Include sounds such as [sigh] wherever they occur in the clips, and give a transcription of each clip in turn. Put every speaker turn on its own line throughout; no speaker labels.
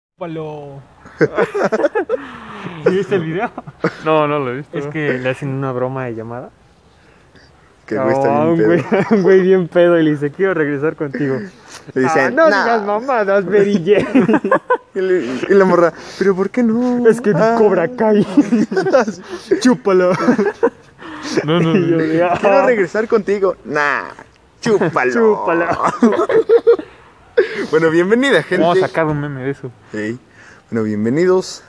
[laughs]
chúpalo.
¿Sí ¿Viste el video?
No, no lo he visto.
Es que le hacen una broma de llamada.
Que güey está
Ah,
bien
un,
pedo.
güey, [laughs] un güey bien pedo y le dice, quiero regresar contigo.
Le dicen,
"Ah, no
"Nah".
digas mamadas, Mary Jane.
Y, le- y la morra, pero ¿por qué no?
es que
[laughs] Ah,
no cobra Kai.
Chúpalo.
No, [laughs] no,
Y yo
no.
[laughs] de, "Ah,
Quiero regresar contigo. Nah, chúpalo.
chúpala.
[laughs] Bueno, bienvenida, gente.
Vamos a sacar un meme de eso.
Ey, Bueno, bienvenidos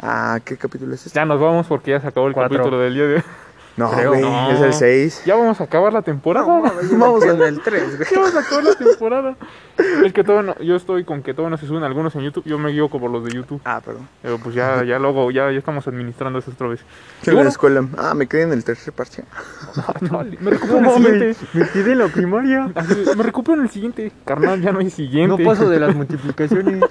a... ¿Qué capítulo es este?
Ya nos vamos porque ya se acabó el
Cuatro.
capítulo del día de hoy.
No,
creo,
güey,
no.
es el 6.
[laughs] Ya vamos a acabar la temporada.
Vamos en el 3, güey.
[laughs] ya vamos a acabar la temporada. Es que todo no- yo estoy con que todavía no se suben algunos en YouTube. Yo me guío por los de YouTube.
Ah, perdón.
Pero pues ya, ya luego, ya, ya estamos administrando eso [laughs] otra vez.
¿Qué
bueno.
la escuela? Ah, me quedé en el tercer parche.
Chale, me recupero en el
No, me,
siguiente.
me quedé en la primaria.
Así, Me recupero en el siguiente. Carnal, ya no hay
No
siguiente.
paso [laughs] de las multiplicaciones.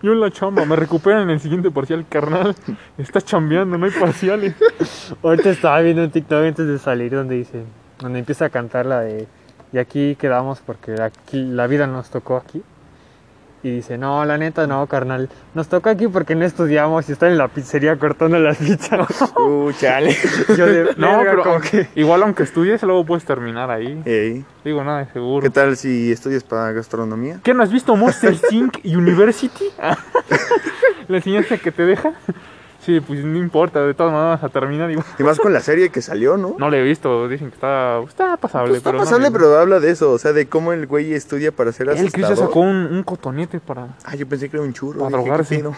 Yo en la chamba, me recupero en el siguiente parcial, carnal. Está chambeando, no hay
[laughs]
parciales.
Ahorita estaba viendo un TikTok antes de salir donde dice, donde empieza a cantar la de, y aquí quedamos porque aquí la vida nos tocó aquí. Y dice, no, la neta no, carnal, nos tocó aquí porque no estudiamos y están en la pizzería cortando las pizzas. [laughs]
[laughs] Uh, chale.
Yo de,
No,
"Verga,
pero
como que-
[laughs]
igual aunque estudies, luego puedes terminar ahí.
Ey,
Digo, nada, de seguro.
¿qué tal si estudias para gastronomía?
¿Qué no has visto
[laughs]
Monster Inc. University? la enseñanza que te deja. Sí, pues no importa, de todas maneras vas a terminar igual.
Y más con la serie que salió, ¿no?
No la he visto, dicen que está, está pasable.
Pues está
pero no
pasable,
la he visto.
pero habla de eso, o sea, de cómo el güey estudia para ser
El Chris ya
asustador.
sacó un, un cotonete para...
Ah, yo pensé que era un churro.
Para
dije, ¿qué
drogarse.
pedo?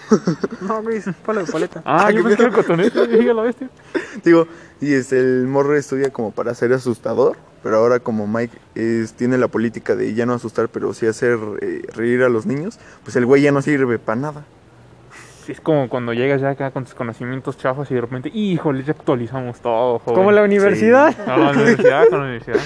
No, güey, es palo de paleta.
Ah,
Ah,
yo
qué
pensé que
pedo.
era el
[laughs]
cotonete, dígalo a este.
[laughs] Digo, y es el morro estudia como para ser asustador, pero ahora como Mike es- tiene la política de ya no asustar, pero sí hacer eh, reír a los niños, pues el güey ya no sirve para nada.
Es como cuando llegas ya acá con tus conocimientos chafas y de repente, híjole, ya actualizamos todo, joven.
Como la universidad.
No, la universidad, con la universidad.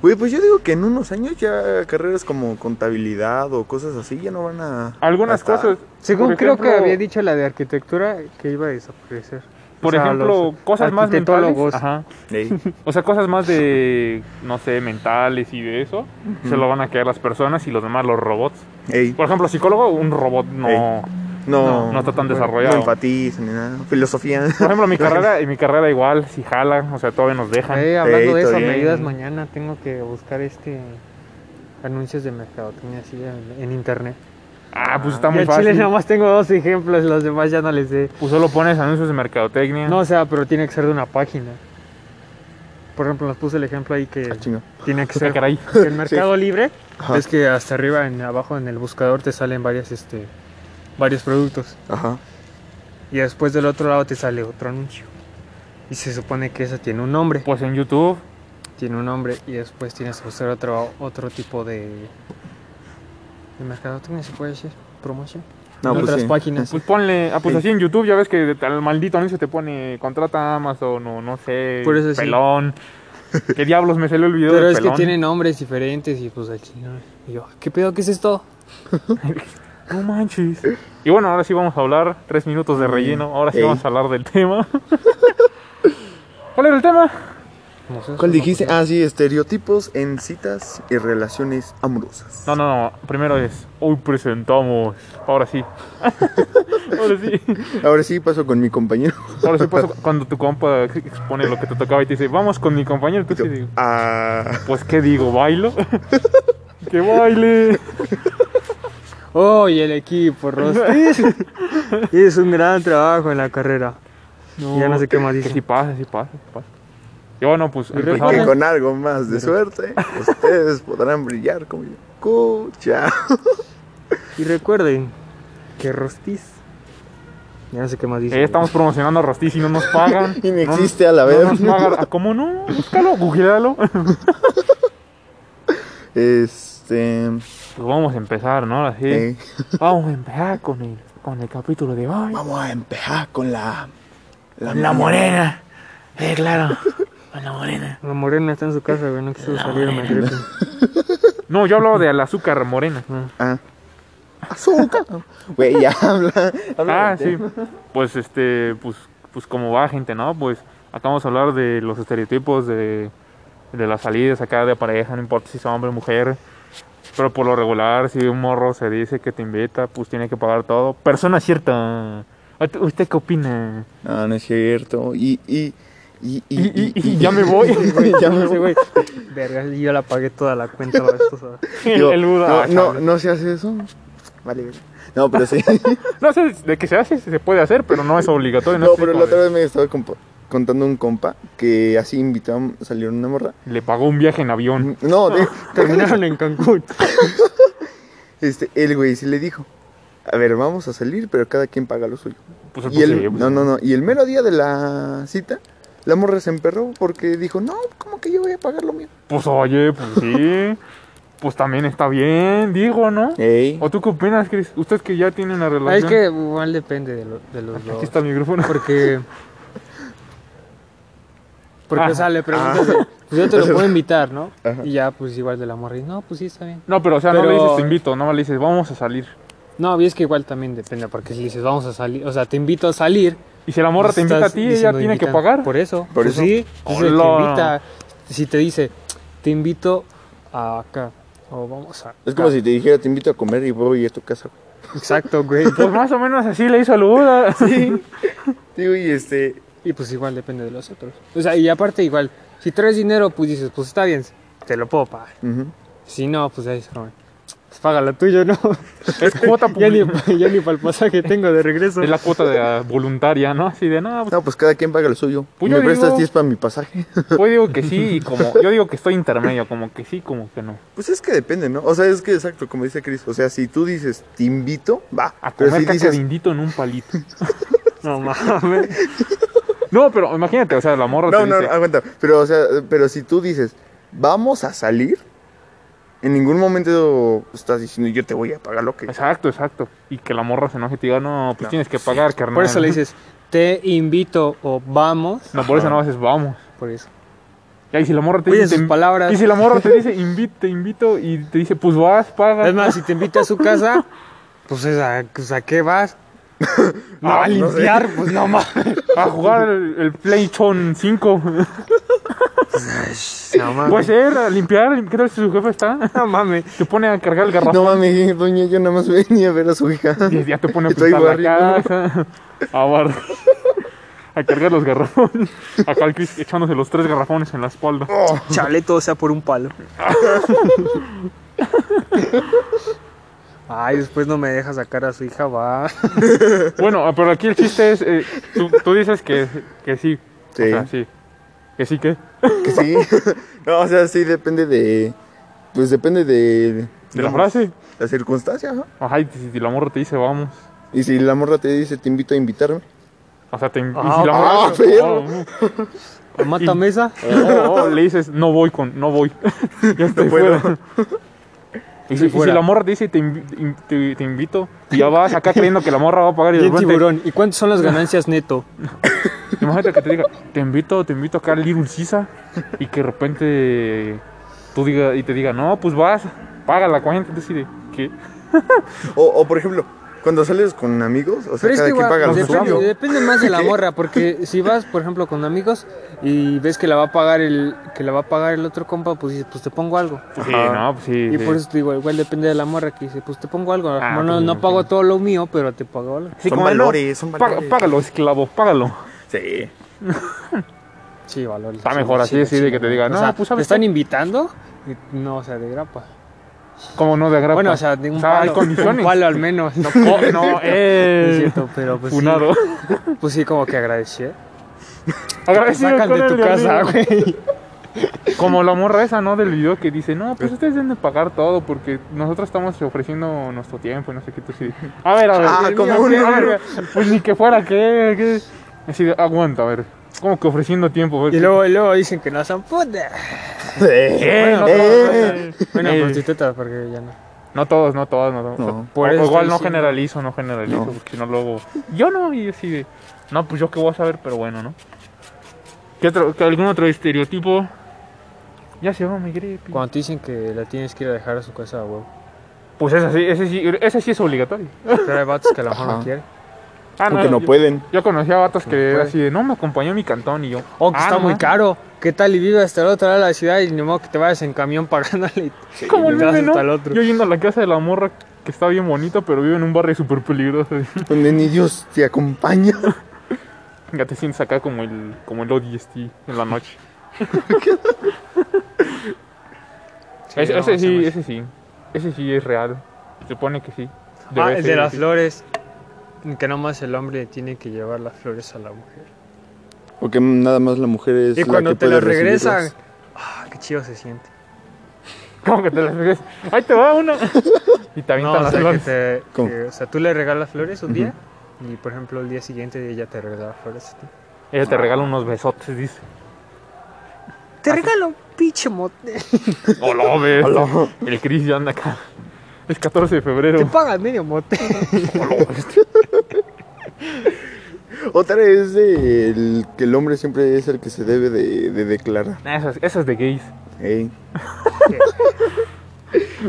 Güey, pues yo digo que en unos años ya carreras como contabilidad o cosas así ya no van a...
Algunas
a estar.
cosas.
Según
por
creo
ejemplo,
que había dicho la de arquitectura que iba a desaparecer.
Por
O sea,
ejemplo,
los
cosas más mentales.
arquitectólogos.
Ajá.
Ey,
O sea, cosas más de, no sé, mentales y de eso, se lo van a quedar las personas y los demás los robots. [laughs]
ey,
Por ejemplo, psicólogo, un robot no,
Ey. no,
no, está tan
no
desarrollado.
enfatiza ni nada. Filosofía. [laughs]
Por ejemplo, mi carrera, en mi carrera igual, si jala, o sea, todavía nos dejan.
Eh, hablando de
Perfecto,
eso,
bien.
medidas mañana tengo que buscar este anuncios de mercadotecnia así en, en internet.
Ah, pues está
y
muy
al Chile
fácil.
nada más tengo dos ejemplos, los demás ya no les sé.
Pues solo pones anuncios de mercadotecnia.
No, o sea, pero tiene que ser de una página. Por ejemplo, nos puse el ejemplo ahí que
Ah, chinga.
tiene que
O [laughs] sea,
ser
caray.
que el Mercado Libre.
Ajá.
Es que hasta arriba, en abajo en el buscador te salen varias, este, varios productos
Ajá.
y después del otro lado te sale otro anuncio. Y se supone que esa tiene un nombre.
Pues en YouTube,
tiene un nombre y después tienes que buscar otro, otro tipo de, de mercadotecnia, se puede decir, promoción.
No,
En
pues
otras
sí. [laughs]
páginas.
pues ponle, ah, pues
Sí.
así en YouTube, ya ves que al maldito anuncio te pone contrata a Amazon o no sé,
Por eso sí. [laughs]
pelón. ¿Qué diablos me salió el video
Pero
del
es que
pelón?
tiene nombres diferentes y pues aquí no. Y yo, ¿qué pedo? ¿Qué es esto?
[laughs] No manches. Y bueno, ahora sí vamos a hablar tres minutos de
Mm,
relleno. Ahora sí
Ey.
vamos a hablar del tema. [laughs] ¿Cuál era el tema?
No sé,
¿Cuál
eso
dijiste? Ah, sí, estereotipos en citas y relaciones amorosas.
No, no, no. Primero es hoy presentamos. Ahora sí. [laughs] ahora sí.
Ahora sí paso con mi compañero. [laughs]
Ahora sí pasó cuando tu compa expone lo que te tocaba y te dice, vamos con mi compañero. Tú
Yo,
te digo,
ah,
pues qué digo, bailo. [laughs] que baile.
no- Oh, y el equipo, [laughs]
[laughs]
Rostis. es un gran trabajo en la carrera. ya no sé qué más
Que si
dice.
pasa, si pasa, si pasa. Y bueno, pues
Y
y
empezamos.
que con algo más de suerte, ustedes podrán brillar como yo. Cucha.
Y recuerden que Rostis. Ya no sé qué más dice.
Eh, estamos promocionando a Rostiz y no nos pagan.
Y ni
No-
existe [laughs] a la
no
vez.
nos pagan. Ah, ¿Cómo no? Búscalo,
[laughs]
googlealo. Pues
Este.
Pues vamos a empezar, ¿no? Así.
eh,
Vamos a empezar con el, con el capítulo de hoy.
vamos a empezar con la. La,
morena. Eh,
[laughs]
claro. Con la morena.
La morena está en su casa, güey, no quiso salir a Madrid.
No, yo hablo del azúcar morena.
Ah. Azúcar. Güey, ya habla. habla
Ah,
del
sí.
tema.
Pues este, pues, pues como va gente, ¿no? Pues acá vamos a hablar de los estereotipos de, de las salidas acá de pareja, no importa si es hombre o mujer. Pero por lo regular, si un morro se dice que te invita, pues tiene que pagar todo. Persona cierta. ¿Usted- ¿Usted qué opina?
No, no es cierto. Y, y, y, y,
Y- y- y- ya me voy.
güey, [laughs]
[laughs]
ya me
Ese
voy.
güey, verga, y yo la pagué toda la cuenta la vez pasada.
Digo,
el Buda. Ah,
No, no, no se hace eso. Vale, güey. No,
[laughs]
pero sí.
No sé de qué se hace, se puede hacer, pero no es obligatorio. No,
No,
estoy
pero
como
la otra
de-
vez me estaba compa- contando un compa que así invitó, salió una morra.
Le pagó un viaje en avión.
No, de-
Terminaron en Cancún.
este, el güey sí le dijo, a ver, vamos a salir, pero cada quien paga lo suyo.
Pues, pues,
Y el,
sí, pues,
no, no, no, y el mero día de la cita, la morra se emperró porque dijo, no, ¿cómo que yo voy a pagar lo mío?
Pues oye, pues sí. pues también está bien, digo, ¿no?
Ey.
¿O tú qué opinas, Chris? Usted que ya tiene una relación.
Ah, es que igual depende de, lo- de los dos.
Aquí está el micrófono.
Porque. Porque,
Ajá.
o sea, le preguntas, de, pues yo te lo puedo invitar, ¿no?
Ajá.
Y ya, pues igual de la morra, y, no, pues sí, está bien.
No, pero o sea, no
Pero-
le dices te invito, no le dices vamos a salir.
No, y es que igual también depende, porque si le dices, vamos a salir, o sea, te invito a salir.
Y si la morra te invita a
estás
ti, ella
diciendo,
tiene que
invitan.
pagar.
Por eso,
Por
por
eso.
eso. Sí, dice, te
Hola.
invita. Si te dice, te invito a acá, o vamos a.
Es como si te dijera, te invito a comer y voy a tu casa. güey.
Exacto, güey.
Pues más o menos así le hizo al Buda. Sí.
Digo, y este,
Y pues igual depende de los otros. O sea, y aparte, igual, si traes dinero, pues dices, pues está bien, te lo puedo pagar.
ujú.
Si no, pues ahí es como, pues págalo tuyo, ¿no?
[laughs] Es [laughs] cuota
ya ni,
public-
ya ni para el pasaje tengo de regreso.
Es la cuota de la voluntaria, ¿no? Así de nada. Pues,
no, pues cada quien paga lo suyo.
Pues
me
yo
prestas
digo-
10 para mi pasaje.
pues, digo que sí y como. Yo digo que estoy intermedio, como que sí, como que no.
Pues es que depende, ¿no? O sea, es que exacto, como dice Chris. O sea, si tú dices, te invito, va.
A
Pero
comer
si
caca
dices,
de indito en un palito. [laughs]
No mames.
No, pero imagínate, o sea, la morra
No,
te
no,
dice.
no, aguanta. Pero, o sea, pero si tú dices, vamos a salir, en ningún momento estás diciendo, yo te voy a pagar lo que.
Exacto, exacto. Y que la morra se enoje y te diga, no, pues
No.
tienes que pagar, carnal.
Por eso le dices, te invito o vamos.
No, por eso no haces, vamos.
Por eso.
Y si la morra te
Cuiden
dice.
sus
te invi-
palabras.
Y si la morra te dice, invito, te invito, y te dice, pues vas, paga.
Es más, si te invita a su casa, pues es a, pues, ¿a qué vas? No,
Ah, [laughs]
a
no sé.
limpiar, pues no mames.
a jugar el, el PlayStation 5.
No mames. Pues,
Puede ser, Pues a limpiar, lim- ¿qué tal si su jefe está?
no mames.
Te pone a cargar el garrafón
[laughs] No mames, doña, yo nada más [laughs] venía a ver a su hija.
y ya te pone a
Estoy
pintar la
barriendo.
casa. [laughs] A barrer. A cargar los garrafones. Acá el Chris echándose los tres garrafones en la espalda.
Oh,
Chale, todo sea por un [laughs] palo. Ay, después no me deja sacar a su hija, va.
Bueno, ah, pero aquí el chiste es, eh, tú, tú dices que, que sí.
Sí.
O sea, sí. Que sí, que.
que sí. [laughs] no, o sea, sí depende de. Pues depende de.
De la frase.
La circunstancia, ajá.
Ajá, y si si la morra te dice vamos.
Y si la morra te dice, te invito a invitarme.
O sea, te inv- y
Ah,
si la morra
ah, perro.
O [laughs] Mata mesa.
oh, oh, [laughs] le dices no voy con, no voy. ya estoy
puedo.
fuera. Y si,
Estoy
y si
fuera.
la morra te dice te, invi- in- te- te invito, y ya vas acá creyendo que la morra va a pagar y
[laughs] Y
de
el
repente,
tiburón. ¿Y cuántas [laughs] son las ganancias neto?
imagínate que te diga, te invito, te invito acá al Little Sisa, y que de repente tú diga, y te diga, no, pues vas, paga la cuenta, decide, ¿qué?
O, o por ejemplo, cuando sales con amigos, o sea,
Pero es
cada
que
quien
igual,
paga lo
depende,
suyo.
depende más de la morra, porque si vas, por ejemplo, con amigos y ves que la va a pagar el que la va a pagar el otro compa, pues dices, pues te pongo algo.
Sí,
Ajá.
no, pues sí.
Y
sí.
por eso te digo, igual depende de la morra que dice, pues te pongo algo.
Ah,
Como no,
pues,
no
sí.
pago todo lo mío, pero te pago algo.
Sí,
Son
como de, no,
valores, son
paga-
valores.
págalo, esclavo, págalo.
Sí.
Sí, valor.
Está mejor así, así de que te digan,
digan,
"No, pues,
¿te
¿sabes
están
qué?
invitando? Y- No, o sea, de grapa.
Como no de agrapa.
Bueno, o sea, de un,
hay
palo, un
condiciones.
palo al menos.
[laughs]
[laughs] No,
Oh, no,
es
eh.
cierto, pero pues sí,
Funado.
pues sí, como que agradecer. Te
Agradecido
sacan
con
de
el
tu
de
casa,
arriba. [laughs]
güey.
Como la morra esa, ¿no? Del video que dice, no, pues ustedes deben de pagar todo porque nosotros estamos ofreciendo nuestro tiempo y no sé qué. Tú sí. A ver, a ver.
Ah,
el
como
mío,
un
¿qué? A
negro.
ver, Pues ni que fuera, ¿qué? ¿Qué? Así de, aguanta, a ver. Como que ofreciendo tiempo. a ver,
Y luego, y luego dicen que no son putas.
Eh, no,
Eh.
todos, eh.
Bueno,
Eh,
prostitutas, porque ya no.
no todos, no todos, no todos.
No.
Por
O-
eso
igual
estoy
no
diciendo.
generalizo, no generalizo,
No.
porque si no luego... Yo no, y así de... No, pues yo qué voy a saber, pero bueno, ¿no? ¿Qué otro, qué- ¿Algún otro estereotipo? Ya se va mi gripe.
Cuando te dicen que la tienes que ir a dejar a su casa, güey.
Pues ese sí, ese sí, ese sí es obligatorio.
Pero hay vatos que a lo mejor
Ajá.
no quieren.
[laughs] Ah,
Porque no
yo-
pueden.
Yo conocí a vatos que era
puede.
así de, no, me acompañó a mi cantón y yo.
O Oh, que
"Ah,
está
no
muy
mames".
caro. ¿Qué tal y vives hasta la otra lado de la ciudad y ni modo que te vayas en camión pagándole? y-
Como
y
el
te vas
meme,
hasta el
¿no?
otro.
Yo yendo a la casa de la morra que está bien bonita, pero vive en un barrio súper peligroso. [laughs]
Donde ni Dios te acompaña. [laughs]
Ya te sientes acá como el, como el ODST en la noche.
Sí,
ese,
no,
ese
ese
sí,
güey.
ese sí. Ese sí es real. Se supone que sí.
Ah,
Debe
el de
ser
las
así.
flores. Que nomás el hombre tiene que llevar las flores a la mujer.
Porque nada más la mujer es.
y
la
cuando
que
te
puede
las regresan,
recibirlas.
ah, qué chido se siente.
¿Cómo que te las regresas? Ahí te va una. Y te avientan
No, o
las
sea, que
flores.
te,
¿Cómo?
que, o sea, tú le regalas flores un día y, por ejemplo, el día siguiente ella te regala flores a ti.
Ella
Ah.
te regala unos besotes, dice. [laughs]
Te regalo un pinche mote.
¡Hola, ves!
Hola.
El Chris ya anda acá. Es 14 de febrero.
Te pagas medio mote.
[laughs] Otra es de el- que el hombre siempre es el que se debe de, de declarar.
Nah, Esas, esas de gays.
Ey.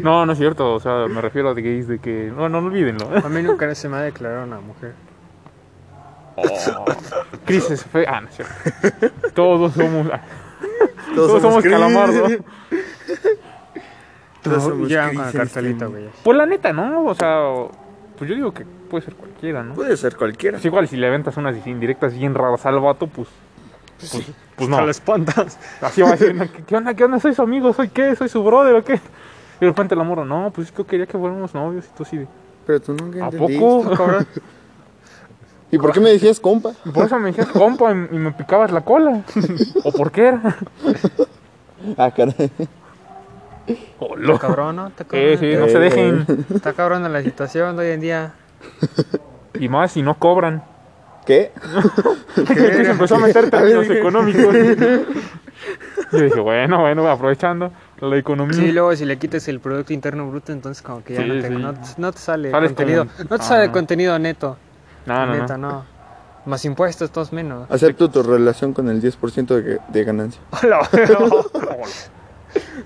No, no es cierto. O sea, me refiero a de gays de que. No, no olvídenlo.
A mí nunca se me ha declarado una mujer.
Chris es fe. Ah, no es cierto. Todos somos. ah,
Todos,
Todos somos
Chris. [laughs]
calamardo.
Todos somos
Llegan con la
Chris,
cartelita,
este.
güey.
Pues la neta, ¿no? O sea, pues yo digo que puede ser cualquiera, ¿no?
Puede ser cualquiera.
Pues igual si le aventas unas indirectas bien raras al vato, pues. Pues, pues
Hasta
no.
lo espantas.
Así va a decir, ¿qué- ¿qué onda? ¿Qué onda? ¿Soy su amigo? ¿Soy qué? ¿Soy su brother o qué? Y de repente la morra, no, pues es que yo quería que fuéramos novios y tú así de.
Pero tú nunca
¿A
entendiste.
poco? cabrón?
¿Y por qué me decías compa?
Por eso me decías compa y y me picabas la cola. ¿O por qué era?
Ah, caray.
[laughs] Oh, loco.
Cabrón, ¿no? Está
Sí,
cabrón,
sí, no se dejen.
Está cabrón la situación de hoy en día.
Y más si no cobran.
[laughs] ¿Qué?
Que [laughs] se empezó a meter
[laughs]
términos económicos. Yo dije, bueno, bueno, aprovechando la economía.
Sí, luego si le quites el Producto Interno Bruto, entonces como que ya
Sí,
no, te,
sí.
no te- no te sale
Sales
contenido.
como-
No te sale
Ah.
contenido neto.
no, no, [laughs]
neta,
no.
Ah, no. Más impuestos, todos menos.
Acepto tu relación con el 10% de, ga- de ganancia.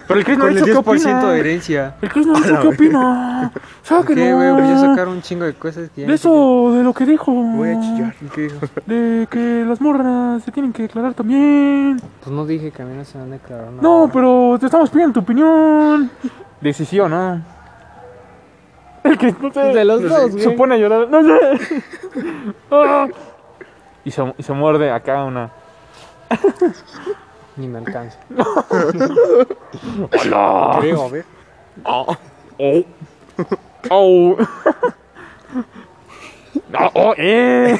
Pero el Chris no ha
Con el
dicho qué
10% de
opina.
herencia.
El Chris no ha dicho
[laughs]
qué opina.
¿Por qué, güey? pues Voy a
Sáquenlo.
sacar un chingo de cosas que ya
De
ni
eso, de lo que dijo.
Voy a chillar.
siquiera- ¿Qué dijo?
De que las morras se tienen que declarar también.
Pues no dije que a mí no se me han declarado nada.
No, pero te estamos pidiendo tu opinión. Decisión, ¿no? El que no sé.
De los
no
dos,
sé,
güey.
Se pone a llorar. No sé. [laughs] Ah. y, se, y se muerde acá una.
Ni me alcanza.
¡Hola!
Creo, a ver.
Oh. Oh. [laughs] Oh. No, oh, eh.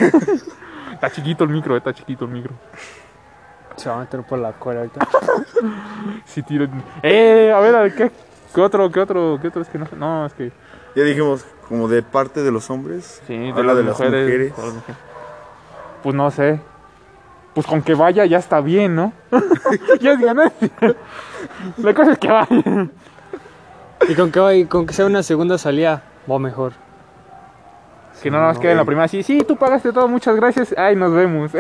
Está chiquito el micro, eh, está chiquito el micro.
Se va a meter por la cola ahorita.
Si tiro. Eh, a ver, a ver, ¿qué, qué otro, qué otro, qué otro es que no sé? No, es que.
Ya dijimos, como de parte de los hombres.
Sí, de,
habla
las, mujeres, de las mujeres. Pues no sé. Pues con que vaya ya está bien, ¿no? [laughs] ya es ganancia. La cosa es que vaya.
[laughs] Y con que, hoy- con que sea una segunda salida, va mejor.
Que no nos quede en la primera. Sí, sí, tú pagaste todo, muchas gracias. Ay, nos vemos.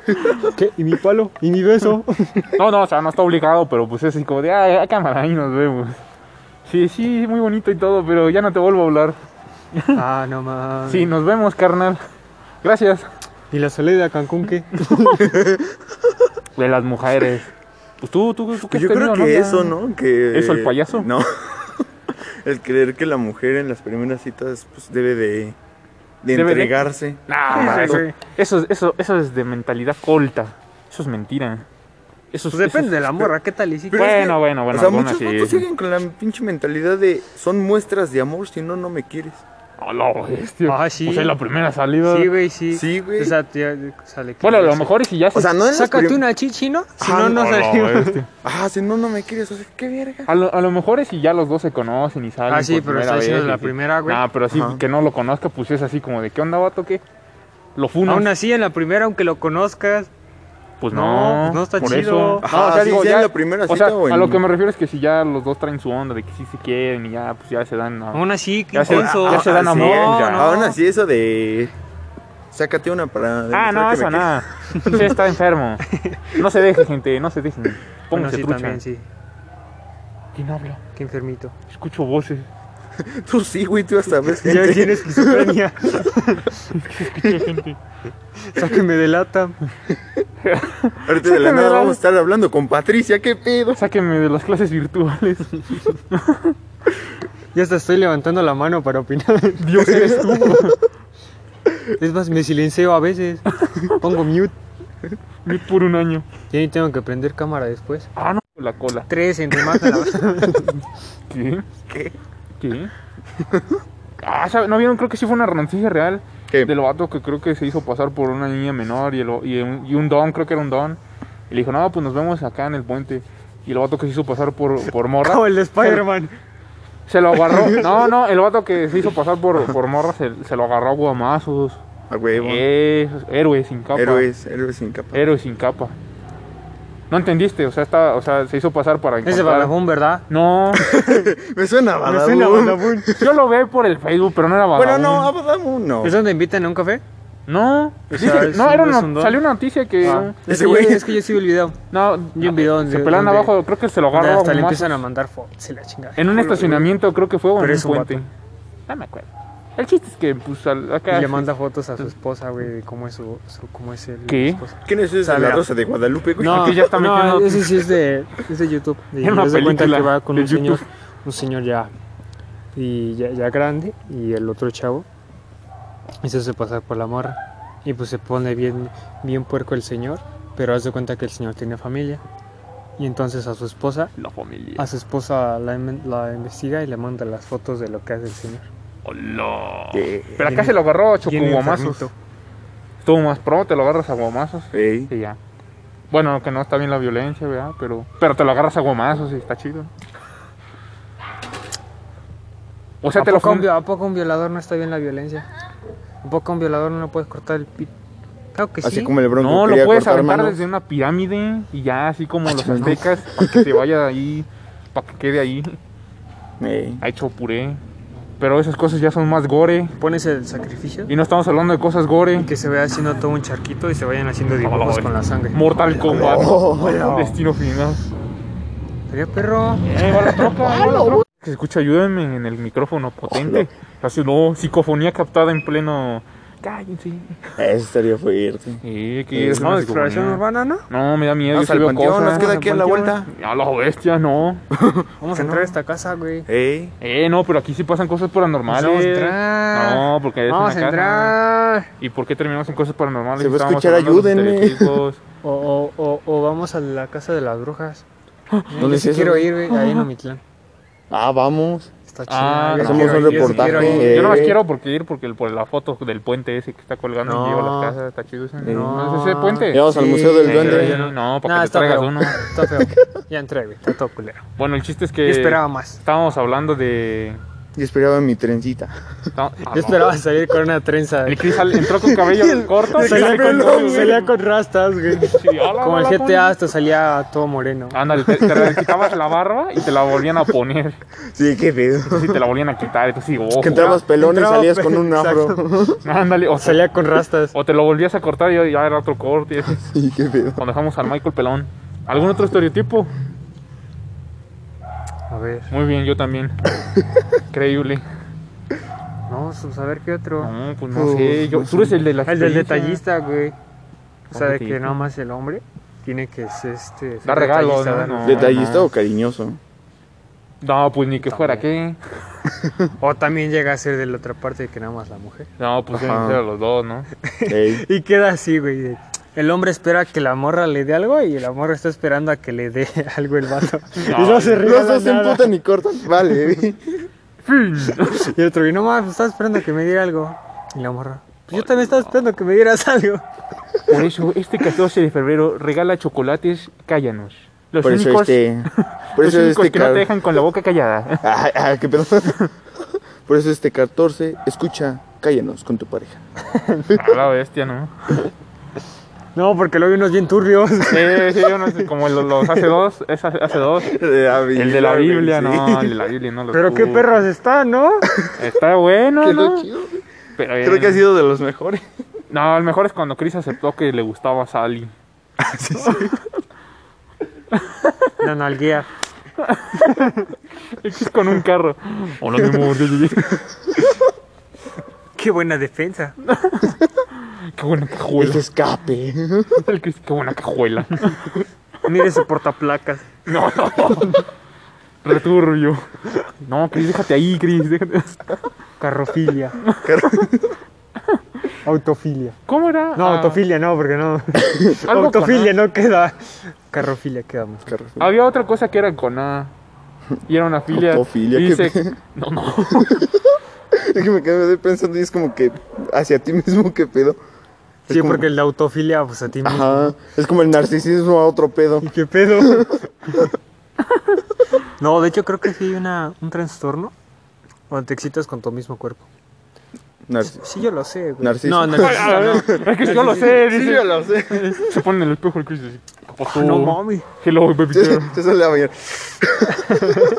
[laughs]
¿Qué? ¿Y mi palo? ¿Y mi beso?
no, no, o sea, no está obligado, pero pues es así como de, ay, a cámara, ahí nos vemos. Sí, sí, muy bonito y todo, pero ya no te vuelvo a hablar.
ah, no mames.
Sí, nos vemos, carnal. Gracias.
¿Y la salida a Cancún qué?
De las mujeres. Pues tú, tú, tú
Pues
has
yo
tenido
creo que
novia?
eso, ¿no? Que,
¿Eso, el payaso?
[laughs] No. el creer que la mujer en las primeras citas pues, debe de, de
Debe de-
entregarse.
Nah,
Sí, sí,
eso, Eso,
sí.
eso, eso es de mentalidad colta. Eso es mentira. Eso es,
Pues depende de
eso
la morra, ¿qué tal? Y si
Pero- Bueno, bueno, bueno,
O sea,
algunas
muchos
sí.
vatos siguen con la pinche mentalidad de son muestras de amor, si no, no me quieres.
es- A la bestia.
Ah, sí.
Pues es la primera salida.
Sí, güey, sí.
Sí, güey.
O sea, te- sale que-
bueno, a lo mejor si ya se...
O sea, no en las
Sácate
prim-
una chichi, ¿no? Si
Ah,
no, no
A la
[laughs]
salimos.
bestia.
Ah, si no, no me quieres. O sea, qué verga.
A lo, a lo mejor es si ya los dos se conocen y salen
Ah, sí,
por
pero
primera
está diciendo
vez y
la
sí.
primera, güey.
Nah, pero así
Ajá.
que no lo conozca, pues es así como de, ¿qué onda, vato, qué? Lo funas.
[laughs] Aún así, en la primera, aunque lo conozcas,
Pues
no,
no.
pues no está
por
chido.
Eso.
Ajá, sí, ya en la primera
o sea,
cita o
a lo
en-
que me refiero es que si ya los dos traen su onda de que sí se quieren y ya, pues ya se dan... a-
aún así, qué
Ya se-
intenso.
ya se dan
Ah, sí,
amor,
ya.
no.
Aún así, eso de. Sácate una para.
Ah,
demostrar
no,
que
eso
me quieres.
nada. Usted está enfermo. No se deje, gente, no se dejen.
Bueno,
Póngase
sí,
trucha.
también, sí.
¿Quién habla?
Qué enfermito.
Escucho voces.
Tú sí, güey, tú hasta
[laughs]
ves
Ya
gente.
tiene [laughs] esquizofrenia.
Escucha, gente.
Sáquenme de lata.
Ahorita de la
Sácame
nada
de la-
vamos a estar hablando con Patricia, qué pedo.
Sáquenme de las clases virtuales. [laughs]
Ya hasta estoy levantando la mano para opinar.
Dios eres tú.
[laughs] Es más, me silencio a veces. Pongo mute.
Ni por un año.
Y ahí tengo que prender cámara después.
Ah, no, la cola.
Tres entre más a la [laughs]
¿Qué?
¿Qué?
¿Qué? Ah, ¿sabe? ¿no vieron? Creo que sí fue una noticia real.
¿Qué?
Del vato que creo que se hizo pasar por una niña menor y, el, y, un, y un don, creo que era un don. Y le dijo, no, pues nos vemos acá en el puente. Y el vato que se hizo pasar por, por
[laughs]
morra.
Como el de Spider-Man.
Se lo agarró. No, no, el vato que se hizo pasar por, por morra se, se lo agarró a guamazos.
A huevo.
Eh, héroe sin capa.
Héroes, héroes incapaces.
Héroe sin capa. No entendiste, o sea, está, o sea, se hizo pasar para
Ese
encontrar-
Badabun, ¿verdad?
No,
Me suena a
Me suena a
Badabun.
Badabun.
yo lo veo por el Facebook, pero no era Badabun.
Bueno, no, ah. a Badabun no.
¿Es donde invitan a un café?
No,
O sea,
dice-
es
no,
un-
era
es
una-
un don.
salió una noticia que.
Ah,
Ese
es que yo-
güey.
Es que yo sigo el video.
No,
Y un video
se
donde-
pelan
donde-
abajo, creo que se lo agarró.
Hasta le
más.
empiezan a mandar fotos y la chingada.
En un estacionamiento, creo que fue, o en
Pero
un
es un
puente. No me acuerdo. El chiste es que, pues, al- acá.
Y le manda fotos a su esposa, güey, de cómo es su, su- cómo es el
¿Qué?
esposa.
¿Quién es esa? La Rosa de Guadalupe, güey. Ah,
No,
Aquí ya está
no,
metiendo-
ese sí es de, es de [laughs] YouTube. Y
Era una
les doy cuenta
película
que va con
de
un señor,
YouTube.
un señor ya, y ya, ya grande y el otro chavo. Y se hace pasar por la morra. Y pues se pone bien, bien puerco el señor, pero haz de cuenta que el señor tiene familia. Y entonces a su esposa,
La familia.
a su esposa la, inven- la investiga y le manda las fotos de lo que hace el señor.
Hola.
¿Qué?
Pero acá se lo agarró a
Bien
guamazos.
enfermito.
Estuvo más pro, te lo agarras a guamazos.
Ey.
Y ya. Bueno, que no está bien la violencia, ¿verdad? Pero, pero te lo agarras a guamazos y está chido. O sea,
¿A,
te lo
poco un,
fun-
vi- a poco un violador no está bien la violencia? ¿A poco un violador no le puedes cortar el pito? Claro que
Así
sí.
como el bronco
No, lo
quería
puedes
cortar
aventar
manos.
desde una pirámide y ya, así como los aztecas, para que se vaya ahí, para que quede ahí,
Ey.
ha hecho puré. Pero esas cosas ya son más gore.
Pones el sacrificio
Y no estamos hablando de cosas gore.
y que se vea haciendo todo un charquito y se vayan haciendo dibujos con la sangre.
Mortal Kombat.
Hola.
Destino final.
Sería perro.
Eh, va la
Ah,
troca, va la troca. Se escucha, ayúdenme en el micrófono potente.
Ah,
Así, no, psicofonía captada en pleno. Cállense.
Eso estaría fuerte.
Eh,
Eh,
¿qué es
No,
una
exploración
psicofonía?
urbana, ¿no?
No, me da miedo.
Vamos
yo sí
al
veo
panteón,
cosas.
nos queda aquí a la vuelta.
A la bestia, no.
Vamos a entrar a esta casa, güey.
Ey.
Eh, no, pero aquí sí pasan cosas paranormales.
Vamos a entrar.
No, porque es
Vamos a
una casa.
entrar.
¿Y por qué terminamos en cosas paranormales?
Se va a
Estábamos
escuchar,
hablando de
ayúdenme.
estereotipos.
O, o, o, o vamos a la casa de las brujas.
¿Dónde
Yo sí
es eso?
quiero ir, güey. Ahí en Omitlán.
Ah, vamos.
Está chido.
Ah,
yo
no.
Hacemos
quiero
un
ir, yo sí quiero
reportaje.
ir.
Yo no más
Eh.
quiero porque ir porque el- por la foto del puente ese que está colgando
No.
y lleva a la casa, está chido ese.
Eh.
No.
¿Es ese puente?
Ya vamos al Museo del
Sí,
Duende.
pero yo no- No, para
Nah,
que te traigas
feo.
uno.
Está feo. Ya entré, güey. Está todo culero.
Bueno, el chiste es que
Yo esperaba más.
estábamos hablando de...
Yo esperaba mi trencita. [laughs]
está- ah,
Yo esperaba salir con una trenza.
El Chris sal- entró con cabello
[laughs]
corto. y
Salía
sale con
con,
cabello-
salía con rastas, güey.
Sí, hola,
Como el
hola, con-
GTA hasta salía todo moreno.
Ándale, te, te quitabas la barba y te la volvían a poner.
Sí, qué pedo.
Entonces te la volvían a quitar. Entonces, ojo.
Que entrabas pelón y
entraba
salías con
pelón,
un afro.
Ándale, o,
Salía con rastas.
o te lo volvías a cortar y ya era otro corte. y así.
[laughs] Sí, qué pedo.
Cuando dejamos al Michael pelón. ¿Algún otro estereotipo?
A ver,
Muy bien, yo
[laughs]
también. Increíble.
vamos a ver qué otro.
No, pues no sé. Yo,
Uf,
tú eres el de la
El del
experiencia.
detallista, güey. O sea, de que
Detallista.
nada más el hombre tiene que ser este. ser
Dar regalo,
detallista,
¿no?
dar-
No.
¿Detallista
no.
o cariñoso?
No, pues ni que fuera qué.
O también llega a ser de la otra parte de que nada más la mujer.
No, pues
Ajá.
tienen que ser los dos, ¿no?
Ey.
Y queda así, güey. de- El hombre espera que la morra le dé algo y la morra está esperando a que le dé [laughs] algo el vato. y no se
Los
regalan
dos se
nada.
emputan y cortan.
[laughs]
Vale.
Y el otro, y no mames, estaba esperando que me diera algo. Y la morra, pues yo también estaba esperando que me dieras algo.
Por eso, este 14 de febrero regala chocolates, cállanos. Los
Por eso
únicos,
este. Por
los
eso
únicos
este.
que no
car-
te dejan con la boca callada.
Ah, ah, qué pedo. [laughs] Por eso este 14. Escucha, cállanos con tu pareja.
[laughs] A la bestia, ¿no?
No, porque luego hay unos bien turbios.
Sí, sí, yo no sé, como los, los hace dos, es hace hace dos. El de la Biblia, [laughs]
[laughs]
no, el de la Biblia no lo
Pero qué perros están, [laughs] ¿no?
Está bueno, ¿no? Pero, eh,
Creo que ha sido de los mejores.
No, el mejor es cuando Chris aceptó que le [laughs] gustaba Sally.
La nalguea.
X con un carro. Hola, mi amor. ya [laughs] llegué.
Qué buena defensa.
Qué buena cajuela.
Ese [laughs] escape.
[laughs] El Chris, Qué buena cajuela.
Mire ese portaplacas.
No, no. Returbio. No, Chris, déjate ahí, Chris. Déjate.
Carrofilia.
[laughs]
Autofilia.
¿Cómo era?
No,
Ah,
autofilia no, porque no.
Algo
autofilia no queda. Carrofilia queda más.
Había otra cosa que era con A. Y era una filia.
Autofilia,
y
qué
dice-
pe-
No, no. [laughs]
Es que me quedé pensando y es como que hacia ti mismo, qué pedo. Es
Sí,
como-
porque el de autofilia, pues a ti mismo.
Ajá, es como el narcisismo a otro pedo.
¿Y qué pedo? [laughs] no, de hecho creo que sí hay una, un trastorno cuando te excitas con tu mismo cuerpo.
Narcis-
Sí, yo lo sé, güey.
Narciso.
[laughs]
No, narcisista
Ah, no. Es que yo lo sé. Dice,
lo sé. [laughs]
Se pone en el espejo el Chris. dice, ¿Qué pasó?
Ah, no. No, mami.
Hello,
[laughs]
baby girl.
Se sale a bañar.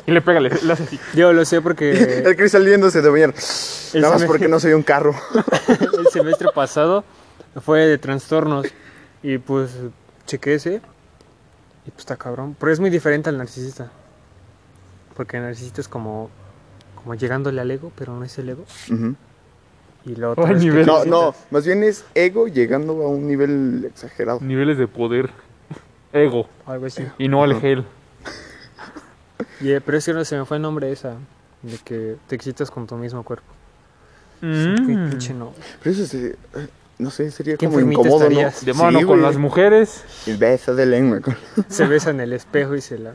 Y le pega, le, le hace así.
Yo lo
[laughs]
sé porque
El Chris saliéndose de bañar.
El
Nada más
semestre- [laughs]
porque no soy
[laughs]
un carro.
el semestre pasado fue de trastornos y pues chequé ese y pues está cabrón. Pero es muy diferente al narcisista. Porque el narcisista es como, como llegándole al ego, pero no es el ego.
Ujú.
Y lo
Ay,
otro es que
nivel.
No, no, más bien es ego llegando a un nivel exagerado.
Niveles de poder. Ego.
algo así.
Y no al gel.
Y, eh, pero es que no se me fue el nombre esa, de que te excitas con tu mismo cuerpo. Qué
Mm.
pinche no.
Pero eso se- no sé, sería
Qué
como
enfermita
incómodo, ¿no?
estarías.
De mano
Sí,
con
güey.
las mujeres.
El beso de lengua. con-
Se besa en el espejo y se la...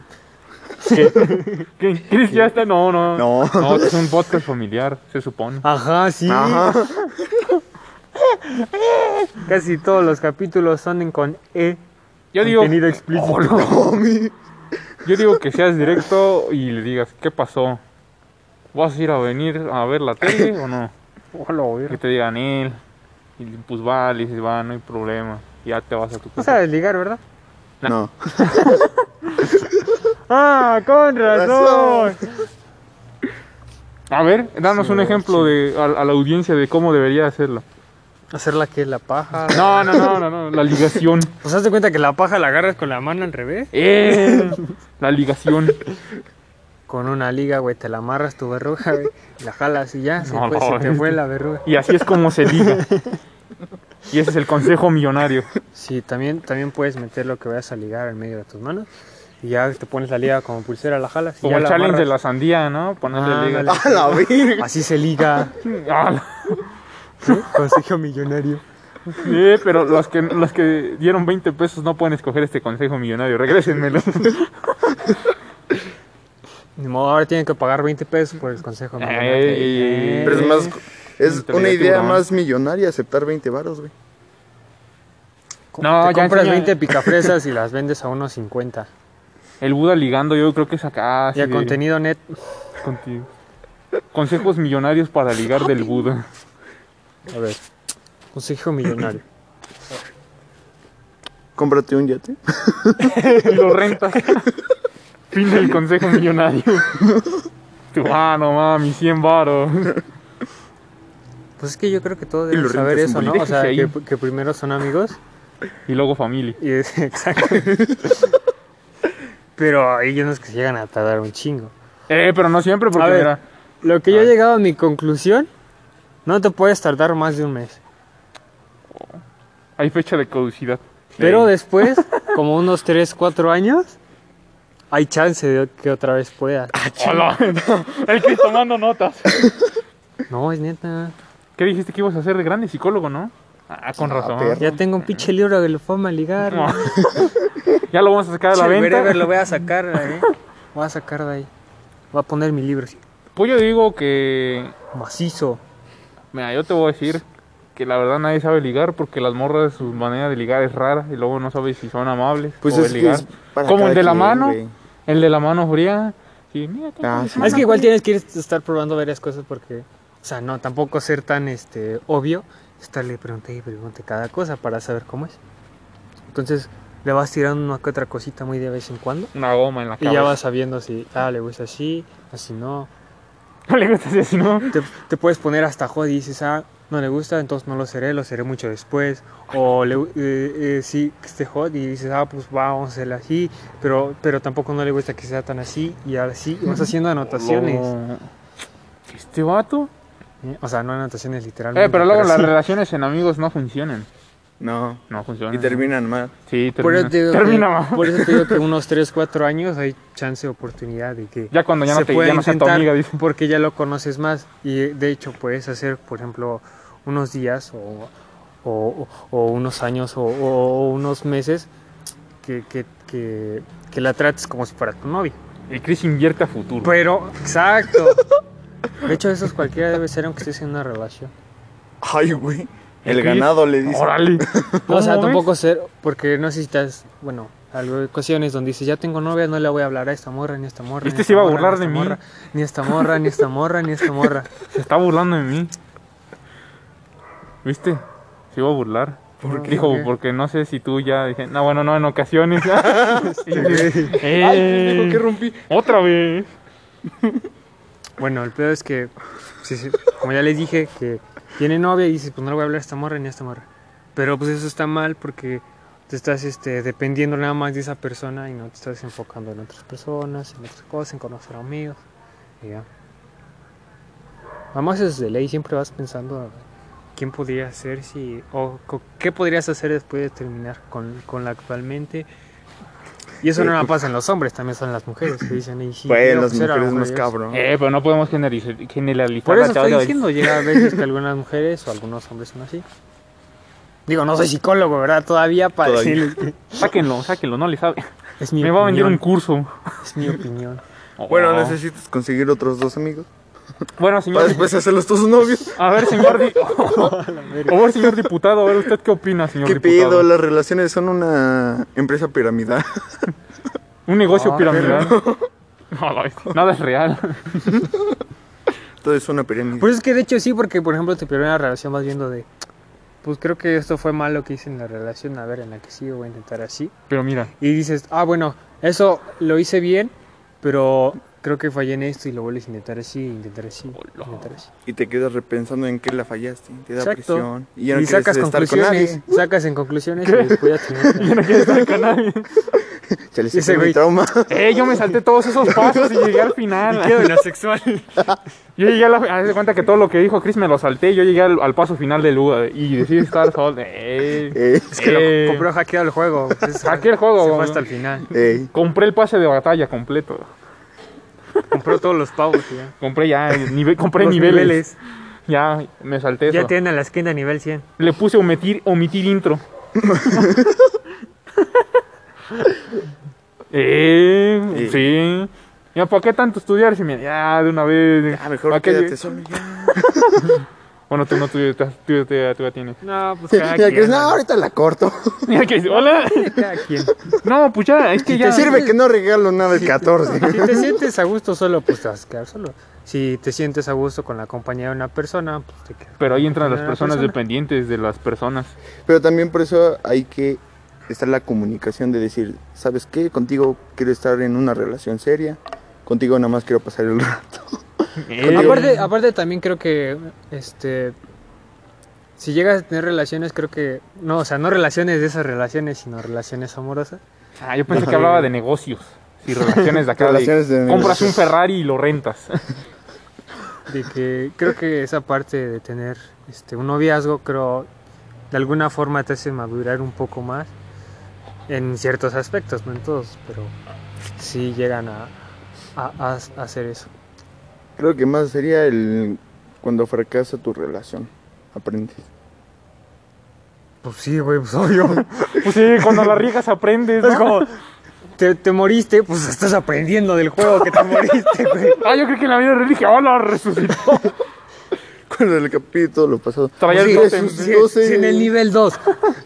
¿Qué- Chris ya está. No, no.
No.
No, es un podcast familiar, se supone.
Ajá, sí.
Ajá.
Casi todos los capítulos son en con E.
Yo digo.
Contenido explícito.
Oh, no.
[laughs]
Homie.
Yo digo que seas directo y le digas, ¿qué pasó? ¿Vas a ir a venir a ver la tele o no?
Hola,
Que
güey.
te digan él. Y pues va, le dices, va, no hay problema. Ya te vas a tu
No
casa.
sabes ligar, ¿verdad?
No.
Ah, con razón.
A ver, danos un ejemplo de, a, a la audiencia de cómo debería hacerlo.
Hacerla que la paja.
No, no, no, no, no, la ligación.
¿Os das de cuenta que la paja la agarras con la mano al revés?
¡Eh! La ligación.
Con una liga, güey, te la amarras tu verruga, güey, y la jalas y ya, se,
No,
fue,
no,
se te
güey.
fue la verruga.
Y así es como se liga. Y ese es el consejo millonario.
Sí, también, también puedes meter lo que vayas a ligar en medio de tus manos. Y ya te pones la liga como pulsera, la jalas y
Como
ya
el
la
challenge de
amarras.
la sandía, ¿no? Ponerle
Ah,
ligas.
[laughs] A la verga.
Así se
[laughs]
liga.
Ah, la-
Consejo millonario.
Sí, Eh, pero los que, los que dieron 20 pesos no pueden escoger este consejo millonario.
[laughs]
Regrésenmelo.
Ni modo, ahora tienen que pagar 20 pesos por el consejo millonario. Eh,
Ey, ey, ey.
Pero es más. Es
Mentalidad
una idea
tiburón.
más millonaria aceptar 20 varos, güey.
No,
te
ya
compras
enseña- [laughs]
20 picafresas y las vendes a unos 50.
El Buda ligando, yo creo que es acá.
Y
así
a
de-
contenido net,
contigo. Consejos millonarios para ligar del Buda.
a ver, consejo millonario.
Cómprate un yate.
Y lo rentas. Fin del consejo millonario. Tú, ah, no mami, 100 varos.
Pues es que yo creo que todos
Y lo
deben saber
rentas
eso,
un
¿no?
boli.
O sea,
Déjese
que,
ahí.
que primero son amigos
Y luego familia. [laughs]
y [laughs] es exacto. Pero hay unos que se llegan a tardar un chingo.
Eh, pero no siempre, porque
A ver.
mira.
Lo que yo
Ah.
he llegado a mi conclusión, no te puedes tardar más de un mes.
Hay fecha de caducidad.
Pero
Ey.
después, como unos 3, 4 años, hay chance de que otra vez pueda.
Hola. [laughs] El que tomando notas.
No, es neta.
¿Qué dijiste que ibas a ser de grande psicólogo, no? Ah, con razón.
perro.
Ya tengo un pinche libro que lo fama a ligar. [laughs]
No. [laughs] Ya lo vamos a sacar a la
Che, breve,
venta.
lo voy a sacar, eh. Voy a sacar de ahí. Voy a poner mi libro así,
Pues yo digo que
macizo.
Mira, yo te voy a decir que la verdad nadie sabe ligar porque las morras, su manera de ligar es rara y luego no sabes si son amables
Pues
o de
es que
ligar.
es para
Como el
cada
de la
quien,
mano,
güey.
el de la mano fría. Sí, mira, tengo
Ah,
mis
Ah, Es
sí.
manos
que igual
frías.
tienes que ir- estar probando varias cosas porque, o sea, no, tampoco ser tan este obvio, estarle preguntando y pregunte cada cosa para saber cómo es. Entonces, le vas tirando una que otra cosita muy de vez en cuando
Una goma en la
y
cabeza.
ya vas sabiendo si, ah, le gusta así, así no.
[laughs] No le gusta así, ¿no?
Te, te puedes poner hasta jodido y dices, ah, no le gusta, entonces no lo seré, lo seré mucho después. O le, eh, eh, sí, que esté hot y dices, ah, pues va, vamos a hacerlo así, pero, pero tampoco no le gusta que sea tan así y así. Y vas haciendo anotaciones.
Lo- Este vato.
¿eh? O sea, no anotaciones literalmente.
Eh, pero luego las
sí.
relaciones en amigos no funcionan.
No.
No funcionan.
Y terminan mal.
Sí,
Por
termina.
eso te digo
Termina,
que-
mamá.
por eso te digo que unos 3, 4 años hay chance, oportunidad de que...
Ya cuando ya no
se
te
puede
ya no sea tu
intentar
amiga, dice.
porque ya lo conoces más y eh, de hecho puedes hacer por ejemplo unos días o, o- o unos años o, o- o unos meses que, que- que- que la trates como si fuera tu novia
El Chris invierte a futuro.
pero exacto de hecho eso es cualquiera debe ser aunque estés en una relación
Ay, güey.
El
El
Chris.
ganado le dice.
Órale.
[laughs] o sea
¿Cómo
tampoco ser porque no necesitas bueno algo de ocasiones donde dices ya tengo novia no le voy a hablar a esta morra ni a esta morra ni
Este
esta
se iba a
morra, ni
burlar
esta
de mí.
morra, ni a esta morra ni a esta morra ni a esta morra
ves? Se está burlando de mí. ¿Viste? Se iba a burlar.
¿Por qué?
Dijo,
¿Por
[laughs]
qué?
porque no sé si tú ya dije, no, bueno, no, en ocasiones. [laughs] Y dije,
Ay,
"Ey,
dijo que rompí.
Eh, Otra vez.
Bueno, el pedo es que, sí, sí, como ya les dije, que tiene novia y dices, pues no le voy a hablar a esta morra ni a esta morra. Pero pues eso está mal porque te estás este, dependiendo nada más de esa persona y no te estás enfocando en otras personas, en otras cosas, en conocer amigos. Y ya. Además es de ley, siempre vas pensando quién podría ser si, o co- qué podrías hacer después de terminar con, con la actualmente. Y eso no nada pasa en los hombres, también son las mujeres que dicen, y sí,
Güey,
quiero
pues. las
conocer a la
Pues, mujeres más
mujer".
cabrón.
Eh, pero no podemos generaliz- generalizar.
Por
la
eso estoy
chava.
[laughs]
diciendo, llega a veces que algunas mujeres o algunos hombres son así. Digo, no soy psicólogo, ¿verdad? Todavía para
Todavía.
decirles
[laughs]
que
Sáquenlo, sáquenlo, no le sabe.
es mi
Me va a vender
opinión.
un curso.
Es mi opinión.
Bueno,
Oh.
necesitas conseguir otros dos amigos.
Bueno,
Para
señor.
después hacerlos tus novios.
A ver, señor.
[laughs]
di- [laughs] a ver, señor diputado, a ver, ¿usted qué opina, señor
¿Qué
diputado?
pedo? Las relaciones son una empresa piramidal. [laughs]
Un negocio
Ah,
piramidal. [laughs] No, la bestia. Nada es real.
Todo es una pirámide.
Por eso es que de hecho sí, porque por ejemplo tu primera relación vas viendo de, pues creo que esto fue malo que hice en la relación, a ver, en la que sí voy a intentar así.
Pero mira,
Y dices, ah, bueno, eso lo hice bien, pero creo que fallé en esto y lo vuelves a intentar así, intentar así,
Hola.
intentar así.
Y te quedas repensando en qué la fallaste. Te da
Exacto.
presión. Y
Y,
ya no quieres
sacas
estar con
conclusiones,
nadie.
sacas en
[laughs]
conclusiones y después ya terminas.
yo no quiero estar con nadie.
Se les
Ese
hizo mi
güey. [laughs]
trauma.
Eh, yo me salté todos esos pasos y llegué al final.
sexual.
[laughs] Yo llegué a la. Haz de cuenta que todo lo que dijo Chris me lo salté y yo llegué al, al paso final del UA. Y decidí estar solo. [laughs] Eh.
Ey,
Es que lo
Eh.
compró hackeado el [laughs] juego. Entonces,
Hackeó el juego,
Se fue
güey.
hasta el final.
ey.
Compré el pase de batalla completo.
Compró todos los pavos y ya.
Compré ya, eh, nive- compré
Los
niveles. Ya, me salté eso.
Ya tienen a la esquina nivel 100.
Le puse omitir, omitir
[laughs]
intro. eh,
Sí.
sí. Ya, ¿para qué tanto estudiar? Si me- ya, de una vez.
Ah, mejor
¿Para qué
quédate
llegué?
solo
[laughs]
ya.
Bueno, tú no, tú, ya- tú, ya- tú ya tienes. [laughs]
No, pues
Ya
cada quien.
que, no, ahorita
[laughs]
la corto.
Mira que dice, hola.
Cada quien.
No, pues ya, es que
Te
ya.
sirve que no regalo nada el 14.
Si te sientes a gusto solo, pues te vas a quedar solo. Si te sientes a gusto con la compañía de una persona, pues te quedas.
Pero ahí entran las
Ah,
Una
personas
persona.
dependientes de las personas.
[laughs] Pero también por eso hay que estar la comunicación de decir, ¿sabes qué? Contigo quiero estar en una relación seria. Contigo nada más quiero pasar el rato.
Eh,
Aparte, aparte también creo que este si llegas a tener relaciones, creo que no, o sea, no relaciones de esas relaciones, sino relaciones amorosas.
ah, yo pensé que hablaba de negocios. Y relaciones de acá. de
Relaciones de
compras
negocios.
un Ferrari y lo rentas. [laughs]
de que creo que esa parte de tener este un noviazgo creo de alguna forma te hace madurar un poco más en ciertos aspectos no en todos pero sí llegan a, a- a- a hacer eso
Creo que más sería el cuando fracasa tu relación. Aprendes. [laughs]
pues sí güey pues obvio
Pues sí, cuando la riegas aprendes. ¿no?
[laughs] es como te, te moriste pues estás aprendiendo del juego que te moriste güey
[laughs] Ah, yo creo que en la vida real dije, hola, resucitó.
Con el capítulo lo pasado.
Traía el
Sí,
tótem.
si, si en el nivel 2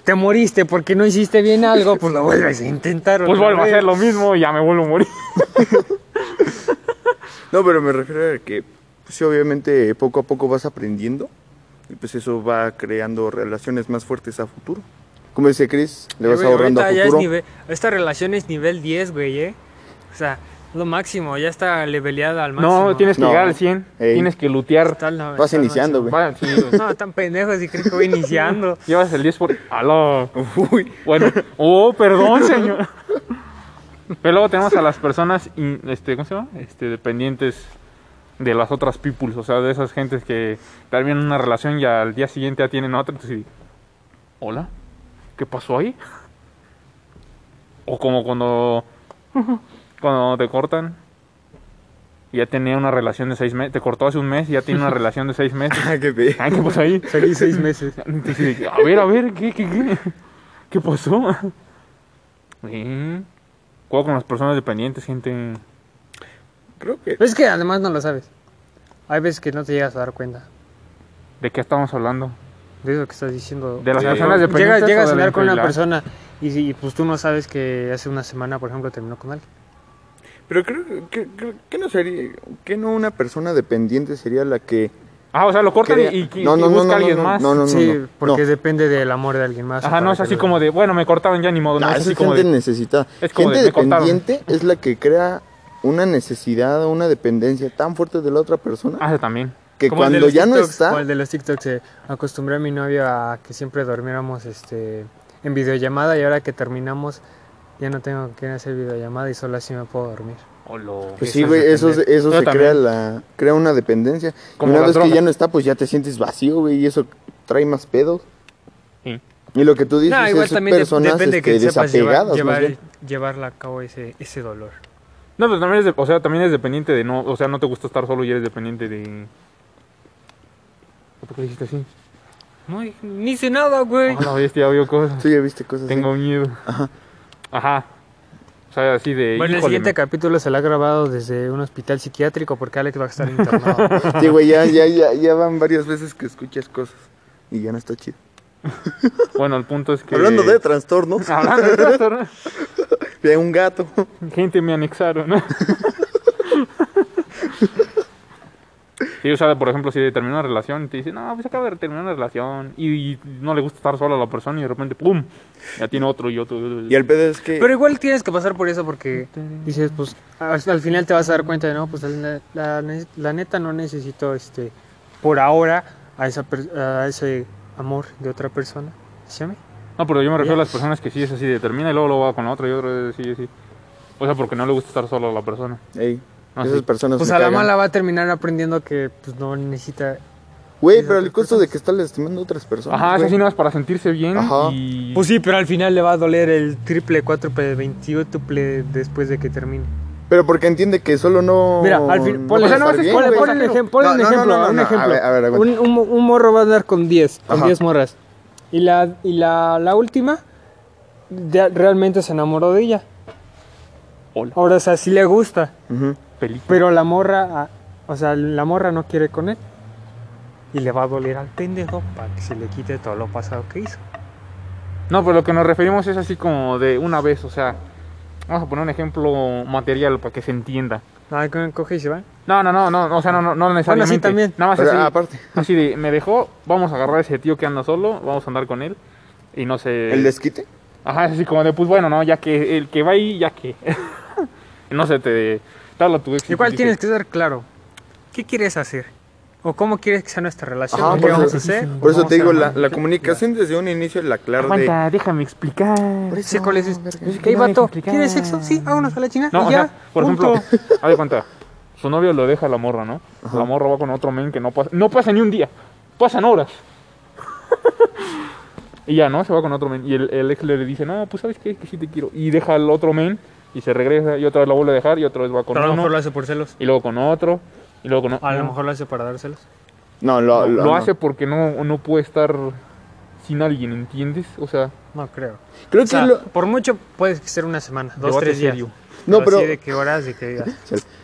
te moriste porque no hiciste bien algo pues lo vuelves a intentar
Pues
otra
vuelvo a
vez.
hacer lo mismo y ya me vuelvo a
[laughs]
morir.
No, pero me refiero a que, pues sí, obviamente poco a poco vas aprendiendo y pues eso va creando relaciones más fuertes a futuro. Como dice Chris, le
Eh,
vas
güey,
ahorrando a
ahorita ya es
futuro.
nive- esta relación es nivel 10, güey, ¿eh? O sea, Lo máximo, ya está leveleada al máximo.
No, tienes que
No.
llegar al 100.
Ey.
Tienes que lootear.
Está al no-
Vas
está al
iniciando, güey.
Vaya, sí, güey.
máximo. No, tan pendejos y creen que voy iniciando.
Llevas el 10 por. ¡Aló!
[laughs] Uy, [laughs]
Bueno, oh, perdón, señor. Pero luego tenemos a las personas, in- este, ¿cómo se llama? Este, dependientes de las otras peoples, o sea, de esas gentes que terminan una relación y al día siguiente ya tienen otra. Entonces, ¿hola? ¿Qué pasó ahí? O como cuando, cuando te cortan y ya tenía una relación de seis meses, te cortó hace un mes y ya tiene una relación de seis meses.
ah, qué pe-
Ay, ¿qué pasó ahí?
Salí seis meses.
Entonces, a ver, a ver, ¿qué, qué, qué? ¿Qué pasó? Sí. Cuidado con las personas dependientes, gente.
Creo que.
Pero [laughs] es que además no lo sabes. Hay veces que no te llegas a dar cuenta
¿De qué estamos hablando?
de eso que estás diciendo.
¿De las
Sí.
personas
Llegas-
dependientes? o de
llegas a
la
hablar con una
infidelidad?
persona y, si- y pues tú no sabes que hace una semana, por ejemplo, terminó con alguien.
Pero creo que, que- que no sería. Que no una persona dependiente sería la que.
Ah, o sea, lo cortan
crea-
y, y- y busca a alguien
no,
más.
No, no, no.
sí,
no,
porque
no.
depende del amor de alguien más.
Ajá, no es así como de, bueno, me cortaron ya ni modo, no,
Ah,
es
esa
así
es
como
gente
de.
necesitada.
es como
gente
de, me cortaron.
dependiente es la que crea una necesidad o una dependencia tan fuerte de la otra persona
Ah, ese también.
que
Como el de
cuando
los
ya no
TikToks, Como
está.
el de los TikToks. eh, acostumbré a mi novio a que siempre durmiéramos este, en videollamada y ahora que terminamos ya no tengo que hacer videollamada y solo así me puedo dormir.
O lo-
Pues
Eso
sí,
es
güey, eso,
depender.
eso
Pero
se
también-
crea, la, crea una dependencia. Y
Como
una
las
vez que
drogas.
ya no está, pues ya te sientes vacío, güey, y eso trae más pedos.
Sí.
Y lo que tú dices
No,
es personas este,
sepas llevar-
desapegadas. más
llevar,
bien.
llevarla a cabo ese, ese dolor.
No, pero también es, de- o sea, también es dependiente de no, o sea, no te gusta estar solo y eres dependiente de. ¿Por qué le dijiste así?
No, ni hice nada, güey.
Ah, la bestia, ya veo cosas.
Tú ya viste cosas.
Tengo miedo. Ajá. Ajá. O sea, así de.
Bueno, el
híjole,
siguiente
me-
capítulo se lo ha grabado desde un hospital psiquiátrico porque Alex va a
[laughs]
estar internado.
así. Sí, güey, ya, ya, ya, ya van varias veces que escuchas cosas. Y ya no está chido.
Bueno, el punto es que. Ah.
Hablando de trastornos,
Hablando de trastorno,
de un gato.
Gente, me anexaron. Sí, o sea, por ejemplo, si termina una relación y te dice, no, pues acaba de terminar una relación y, y no le gusta estar sola a la persona y de repente, ¡pum! Ya tiene otro y otro.
Y el pedo es que.
Pero igual tienes que pasar por eso porque dices, pues al, al final te vas a dar cuenta de, no, pues la, la ne- la neta no necesito, este, por ahora, a, esa per- a ese amor de otra persona. ¿Sí, ame?
No, pero yo me refiero a las personas que sí es así, de termina y luego lo va con la otra y otra, sí, sí. O sea, porque no le gusta estar sola a la persona.
Ey,
Ah,
esas
sí.
personas.
Pues
me
a la
cagan.
mala va a terminar aprendiendo que pues no necesita...
Güey,
Esas
pero el
otras
costo de
personas.
que está lastimando a otras personas.
Ajá,
güey.
eso sí, nada más para sentirse bien
Ajá.
y...
Pues sí, pero al final le va a doler el triple, cuádruple, veintiotuple después de que termine.
Pero porque entiende que solo no.
Mira, al fin, ponle,
va a estar
ponle-
bien,
ponle-
güey.
ponle un ejemplo, ponle
No,
un
no, no,
ejemplo,
no, no,
un
no,
ejemplo.
a ver, a ver, aguanta.
un, un mo- un morro va a andar con 10, con
Ajá.
10 morras. Y la, y la, la última de- realmente se enamoró de ella.
Hola.
Ahora, o sea, sí le gusta,
Ujú.
película.
pero la morra, ah, o sea, la morra no quiere con él. Y le va a doler al pendejo para que se le quite todo lo pasado que hizo.
No, pero lo que nos referimos es así como de una vez, o sea, vamos a poner un ejemplo material para que se entienda.
Nada, que coge y se va.
No, no, no, no, o sea, no, no, no necesariamente.
también.
Nada más
Pero,
así,
ah, aparte.
así de, me dejó, vamos a agarrar a ese tío que anda solo, vamos a andar con él y no sé.
¿El desquite?
Ajá, es así como de, pues bueno, no, ya que el que va ahí, ya que. [laughs] no sé, te. te habla tu ex. y
Igual
te
tienes
dice,
que ser claro. ¿Qué quieres hacer? ¿O cómo quieres que sea nuestra relación?
Ajá,
¿Qué
por
vamos
eso-
a hacer?
Por eso
¿Cómo
te digo,
vamos a
la,
armar?
la comunicación desde un inicio es la clave de.
Aguanta, déjame explicar.
Sí, ¿cuál es eso?
Es que
Ey,
no me
vato,
explican.
¿quieres sexo? Sí, vámonos a la chingada.
No,
y
o
ya,
sea, por
punto.
ejemplo, haz de cuenta, su novio lo deja a la morra, ¿no? La morra va con otro men que no pasa, no pasa ni un día, pasan horas. y ya, ¿no? Se va con otro men. Y el, el ex le dice, no, pues sabes qué, que sí te quiero. Y deja al otro men y se regresa y otra vez la vuelve a dejar y otra vez va con
Pero a lo
uno.
mejor lo hace por celos.
Y luego con otro. Y luego con otro.
A lo mejor lo hace para dar celos.
No, lo,
Lo,
lo-
lo
Ah, no.
hace porque no, no puede estar sin alguien, ¿entiendes? O sea,
No creo.
Creo
O
que
sea,
lo-
por mucho puede ser una semana, dos,
debate
tres días.
serio.
No, pero-
así de que horas de que
[laughs]
digas,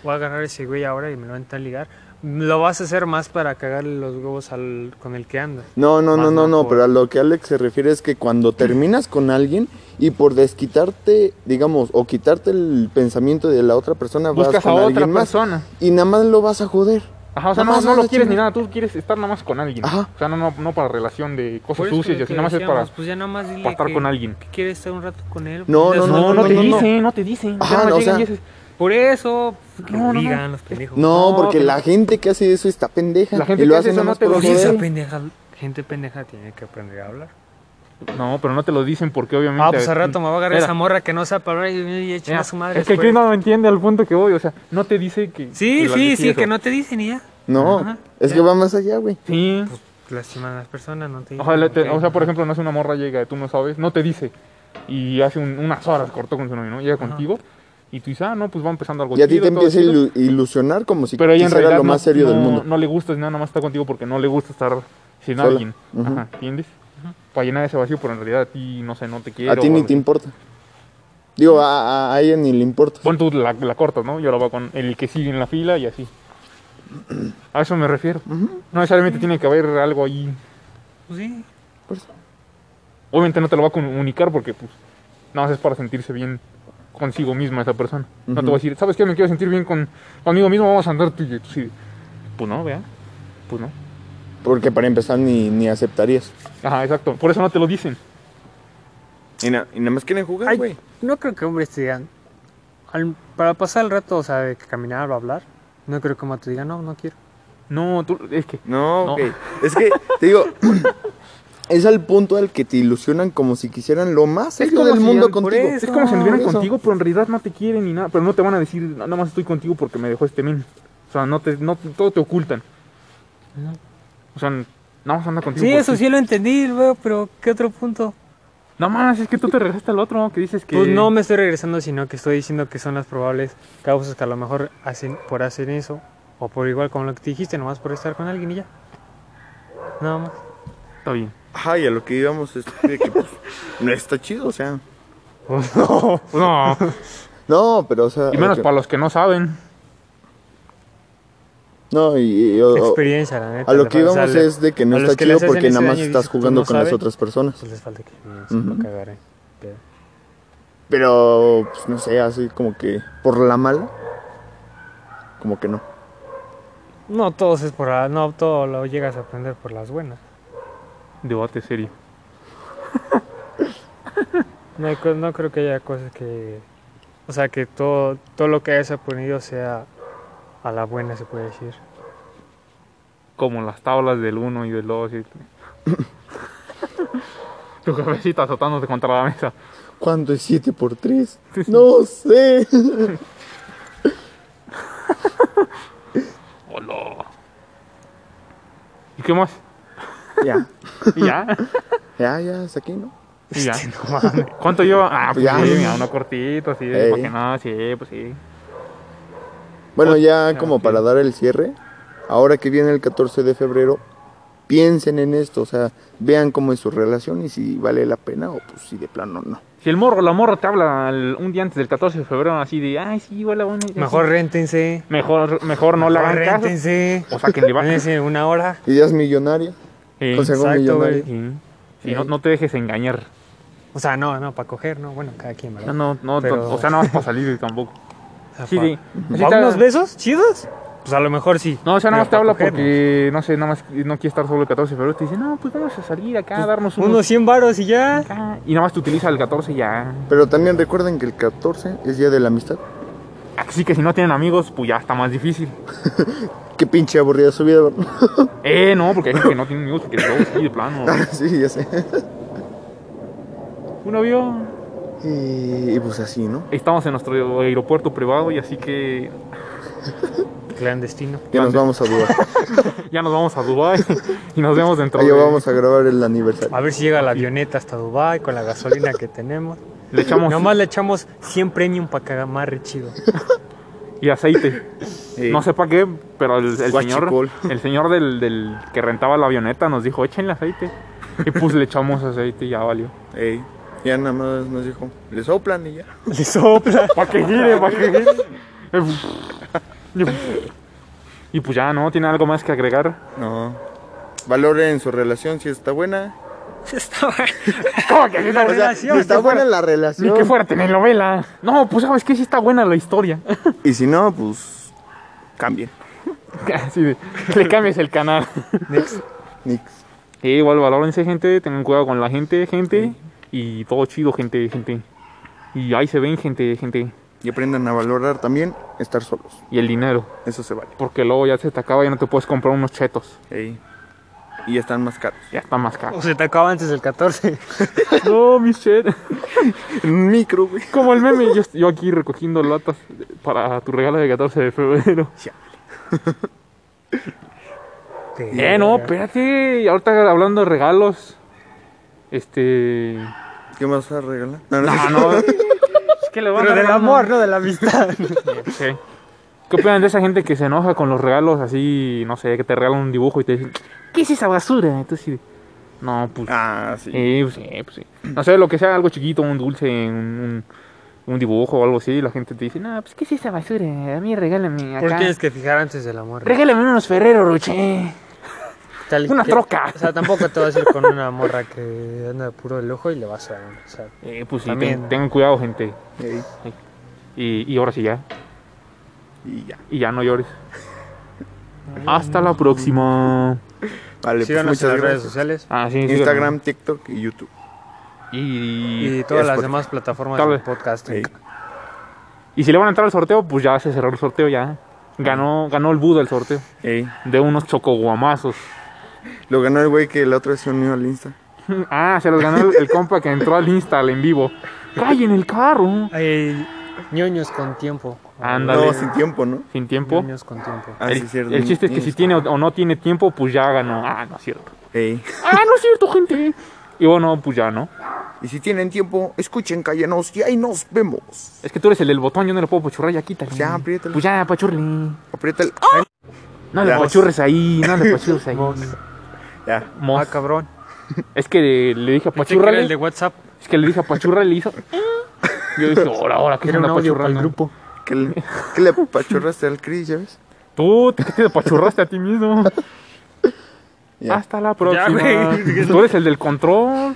voy a agarrar a ese güey ahora y me lo van a ligar. Lo vas a hacer más para cagarle los huevos al, con el que anda.
No, no, no,
Más
no, no,
loco.
pero a lo que Alex se refiere es que cuando terminas con alguien y por desquitarte, digamos, o quitarte el pensamiento de la otra persona, vas
Buscas
con
a otra
alguien más
persona.
y nada más lo vas a joder.
Ajá, o sea,
Nada
no,
más
no lo
nada,
quieres ni
chinga.
nada, tú quieres estar nada más con alguien.
Ajá.
O sea, no, no, no para relación de
Por
cosas
eso
sucias y
lo
así,
que
nada más es para,
decíamos, pues ya nada más dile
para estar
que-
con alguien.
que quieres estar un rato con él.
No,
Pues,
no,
No, no,
no,
te
no, no.
dicen, no te dicen.
Ajá,
Ya nada más
no, o
llegan
sea-
y dices, Por eso.
pues, Que
No, no, no.
digan los pendejos.
No,
No, porque
que-
la gente que hace eso está pendeja.
La gente
y lo
que hace
hace
eso
nomás
no te
por
lo
Y esa
joder.
pendeja, gente pendeja tiene que aprender a hablar.
No, pero no te lo dicen porque obviamente.
Ah, pues al rato me va a agarrar
Mira,
esa morra que no sabe hablar y, y echen
mira,
a su madre.
Es que el
después.
Chris no me entiende al punto que voy. O sea, no te dice que.
Sí,
que la
sí,
decía
sí,
eso.
que no te dicen y ya.
No,
Ajá.
es que va más allá, güey.
Sí.
Pues, Lastiman a las personas, no te
Ojalá te-
no
o
te-
sea, por ejemplo, no hace una morra llega, tú no sabes, no te dice. Y hace un- unas horas cortó con su novio, ¿no? Llega
Ajá.
contigo y tú dices, ah, no, pues va empezando algo
Y a ti
chido,
te
todo
empieza a
chido.
ilu- ilusionar como si
Pero ella en
quisiera
realidad
lo más
no-
serio del
no-
mundo.
no le gustas, nada más está contigo porque no le gusta estar sin
Sola.
alguien.
Ujú.
Ajá, ¿entiendes? Para llenar ese vacío, pero en realidad a ti, no sé, no te quiero.
A ti
o
ni
algo
te
así.
importa. Digo, a, a- a ella ni le importa.
Pon tú la, la cortas, ¿no? Y ahora va con el que sigue en la fila y así. A eso me refiero. No necesariamente tiene que haber algo ahí.
Pues sí.
Obviamente no te lo va a comunicar porque, pues, nada más es para sentirse bien consigo misma esa persona. No te
Ujú.
va a decir, ¿sabes qué? Me quiero sentir bien con, conmigo mismo, vamos a andar tú y tú sí. Pues no, vea. Pues no.
Porque para empezar ni, ni aceptarías.
Ajá, exacto. Por eso no te lo dicen.
Y, na- y nada más quieren jugar,
Ay,
güey.
no creo que hombres te digan. al- para pasar el rato, o sea, de que caminar o hablar, no creo que más te digan, no, no quiero.
No, tú, es que.
No,
No.
[laughs]
güey. Es que, te digo,
[clears throat] Es al punto al que te ilusionan como si quisieran lo más
Es
serio
como
del
si
mundo
ya- por
contigo.
Es como si anduvieran
Eso.
contigo, pero en realidad no te quieren ni nada. Pero no te van a decir, "No, nada más estoy contigo porque me dejó este men. O sea, no te, no, todo te ocultan. O sea, nada más anda contigo.
Sí,
porque-
eso sí lo entendí, luego, pero ¿qué otro punto?
No más, es que tú te regresaste al otro, que dices que.
Pues no me estoy regresando, sino que estoy diciendo que son las probables causas que a lo mejor hacen por hacer eso, o por igual como lo que te dijiste, nomás por estar con alguien y ya. Nada más.
Está bien.
ajá, y a lo que íbamos es de que, pues, [laughs] no está chido, o sea.
No,
No, pero o sea.
y menos
ok.
para los que no saben.
No, y. y- o-
Qué
o-
experiencia, la neta.
a lo
le
que
pasa,
íbamos
le-
es de que no
a los
está
que
chido
les hacen
porque
ese
nada
daño
más
y dices,
estás
"Tú
jugando
no
con las
sabes".
otras personas.
Pues les falta experiencia
Ujú.
para cagar, eh. Pero-
Pero, pues no sé, así como que por la mala, como que no.
No todos es por la- no todo lo llegas a aprender por las buenas.
Debate serio.
No, hay co- no creo que haya cosas que o sea que todo todo lo que hayas aprendido sea a la buena se puede decir.
Como las tablas del 1 y del 2. y- [laughs] tu cabecita azotándote contra la mesa.
¿Cuánto es 7 por
[laughs]
3? No sé.
Hola. ¿Y qué más?
ya,
¿Y ya?
ya, ya, hasta aquí, ¿no? [laughs]
Y
[laughs]
ya. ¿Cuánto lleva? Ah, pues
Ya.
sí, mira, uno cortito, así,
Ey.
porque no, sí, pues sí.
Bueno, ya como
ok.
para dar el cierre, ahora que viene el 14 de febrero, piensen en esto, o sea, vean cómo es su relación y si vale la pena o pues si de plano no.
Si el morro, la morra te habla al- un día antes del 14 de febrero, así de, ay, sí, hola, buena.
Mejor réntense.
Mejor, mejor no le
mejor Eh,
hagan caso.
réntense.
O sáquenle va.
Vénganse una hora.
Y ya es millonaria,
Eh,
consejo
exacto,
millonario.
güey.
sí. Sí,
eh.
no, no te dejes engañar.
O sea, no, no, para coger, no, bueno, cada quien, ¿verdad?
No, no, no,
Pero-
o sea, no vas para salir
[laughs]
tampoco.
O sea,
Sí,
pa-
sí.
¿pa'
Sí, te-
unos besos chidos? Pues a lo mejor sí.
No, o sea, nada
Pero
más te
pa'
habla
coger,
porque, no sé, nada más no quiere estar solo el 14 de febrero. Te dice, no, pues vamos a salir acá, a darnos
no. Pues,
unos...
Unos 100 varos y ya.
acá". Y nada más te utiliza el 14 y ya.
pero también recuerden que el 14 es día de la amistad.
Así que si no tienen amigos, pues ya está más difícil.
Qué pinche aburrida su vida, ¿verdad?
Eh, no, porque hay gente que [laughs] no tiene amigos porque luego sí, de plano.
Ah.
[laughs] sí, ya sé.
Un avión.
Y, y pues así, ¿no?
Estamos en nuestro aeropuerto privado y así que
Clandestino.
Ya nos vamos a
[laughs]
dudar.
ya nos vamos a Dubai y nos vemos dentro
Allá
de-
vamos a grabar el aniversario.
Ah,
A ver si llega la avioneta hasta Dubai con la gasolina que tenemos.
Le echamos
Nomás le echamos 100 premium para que haga más re chido. [laughs]
y aceite.
eh,
No sé para qué, pero el, el señor,
Guachicol.
el señor del, del que rentaba la avioneta nos dijo, échenle aceite. Y pues le echamos aceite y ya valió.
ey, ya nada más nos dijo, le soplan y ya.
Le
[laughs]
sopla.
Para que gire, para que gire. Y pues ya, ¿no? ¿Tiene algo más que agregar?
No. Valoren su relación si está buena.
Pues, ¿Cómo que
La relación,
Está
qué
buena
fuera-
la
Ni que
relación.
fuera telenovela. No, pues sabes que sí está buena la historia.
Y si no, pues, cambien.
[laughs] Así de, le cambies el canal.
Nix.
[laughs] Sí, igual valórense, gente. Tengan cuidado con la gente, gente. Y todo chido, gente, gente. Y ahí se ven, gente, gente.
Y aprendan a valorar también estar solos.
Y el dinero.
Eso se vale.
Porque luego ya se te acaba y no te puedes comprar unos chetos.
Ey. Y están más caros.
Ya está más caro.
O se te acaba antes del 14.
[laughs] No, mis chetos.
En un micro, güey.
Como el meme. Yo, yo aquí recogiendo latas para tu regalo de 14 de febrero. Eh, no, espérate. Y ahorita hablando de regalos. Este.
¿Qué me vas a regalar?
No, [laughs] no. Es que le van
Pero
a
del
dar una-
amor, no de
[laughs]
la amistad.
Sí. ¿Qué opinan de esa gente que se enoja con los regalos así, no sé, que te regalan un dibujo y te dicen, ¿qué es esa basura? Entonces, no, pues,
Ah, sí.
eh, pues, eh, pues, sí. No sé, lo que sea, algo chiquito, un dulce, un, un- un dibujo o algo así, la gente te dice, no, pues, ¿qué es esa basura? A mí regálame
¿Por
acá.
qué tienes que fijar antes del amor?
Regálame unos Ferrero Rocher.
Tal-
una
que-
troca.
O sea, tampoco te vas a ir con una morra que anda puro el ojo y le vas a. O sea,
Eh, pues sí,
También.
ten- tengan cuidado, gente.
Ey.
Y, y ahora sí ya,
Y ya.
y ya no [laughs] llores. Hasta la próxima.
Vale, pues
síganos
muchas
en las
gracias.
redes sociales
Ah, sí, síganme.
Instagram, TikTok y YouTube.
Y,
y todas las
Spotify.
demás plataformas
Tal
de
vez.
podcasting.
Ey.
Y si le van a entrar al sorteo, pues ya se cerró el sorteo ya. Ganó, ganó el Buda el sorteo.
Ey.
De unos chocoguamazos. [laughs]
Lo ganó el güey que la otra vez se unió al Insta.
Ah, se los ganó el, el compa que entró al Insta, al en vivo. ¡Calle en el carro!
Ay, ñoños con tiempo.
Ándale.
No, sin tiempo, ¿no?
Sin tiempo.
Ñoños con tiempo.
Ah, sí,
El,
cierto.
el chiste es que si tiene o o no tiene tiempo, pues ya ganó. Ah, no es cierto.
Ey.
¡Ah, no es cierto, gente! Y bueno, pues ya no.
Y si tienen tiempo, escuchen, cállenos y ahí nos vemos.
Es que tú eres el del botón, yo no lo puedo pachurrar, ya quítale.
Ya, apriétalo.
Pues ya, ¡Ah! pachurle. No
Aprieta el...
le
Ya.
pachurres ahí, no le pachurres
[laughs]
ahí.
Ya.
Ah,
Mos.
cabrón.
Es que le dije
Pensé que era el
pachurrale.
de WhatsApp.
Es que le dije a Pachurra y le
[laughs]
hizo. Yo dije, ahora, ahora, ¿qué
Era un
onda
audio para el
pachurrando?
grupo.
¿Qué le, qué le pachurraste al Chris, ya ves?
Tú te, te pachurraste a ti
[laughs]
mismo.
Ya.
Hasta la próxima.
güey.
Tú eres el del control.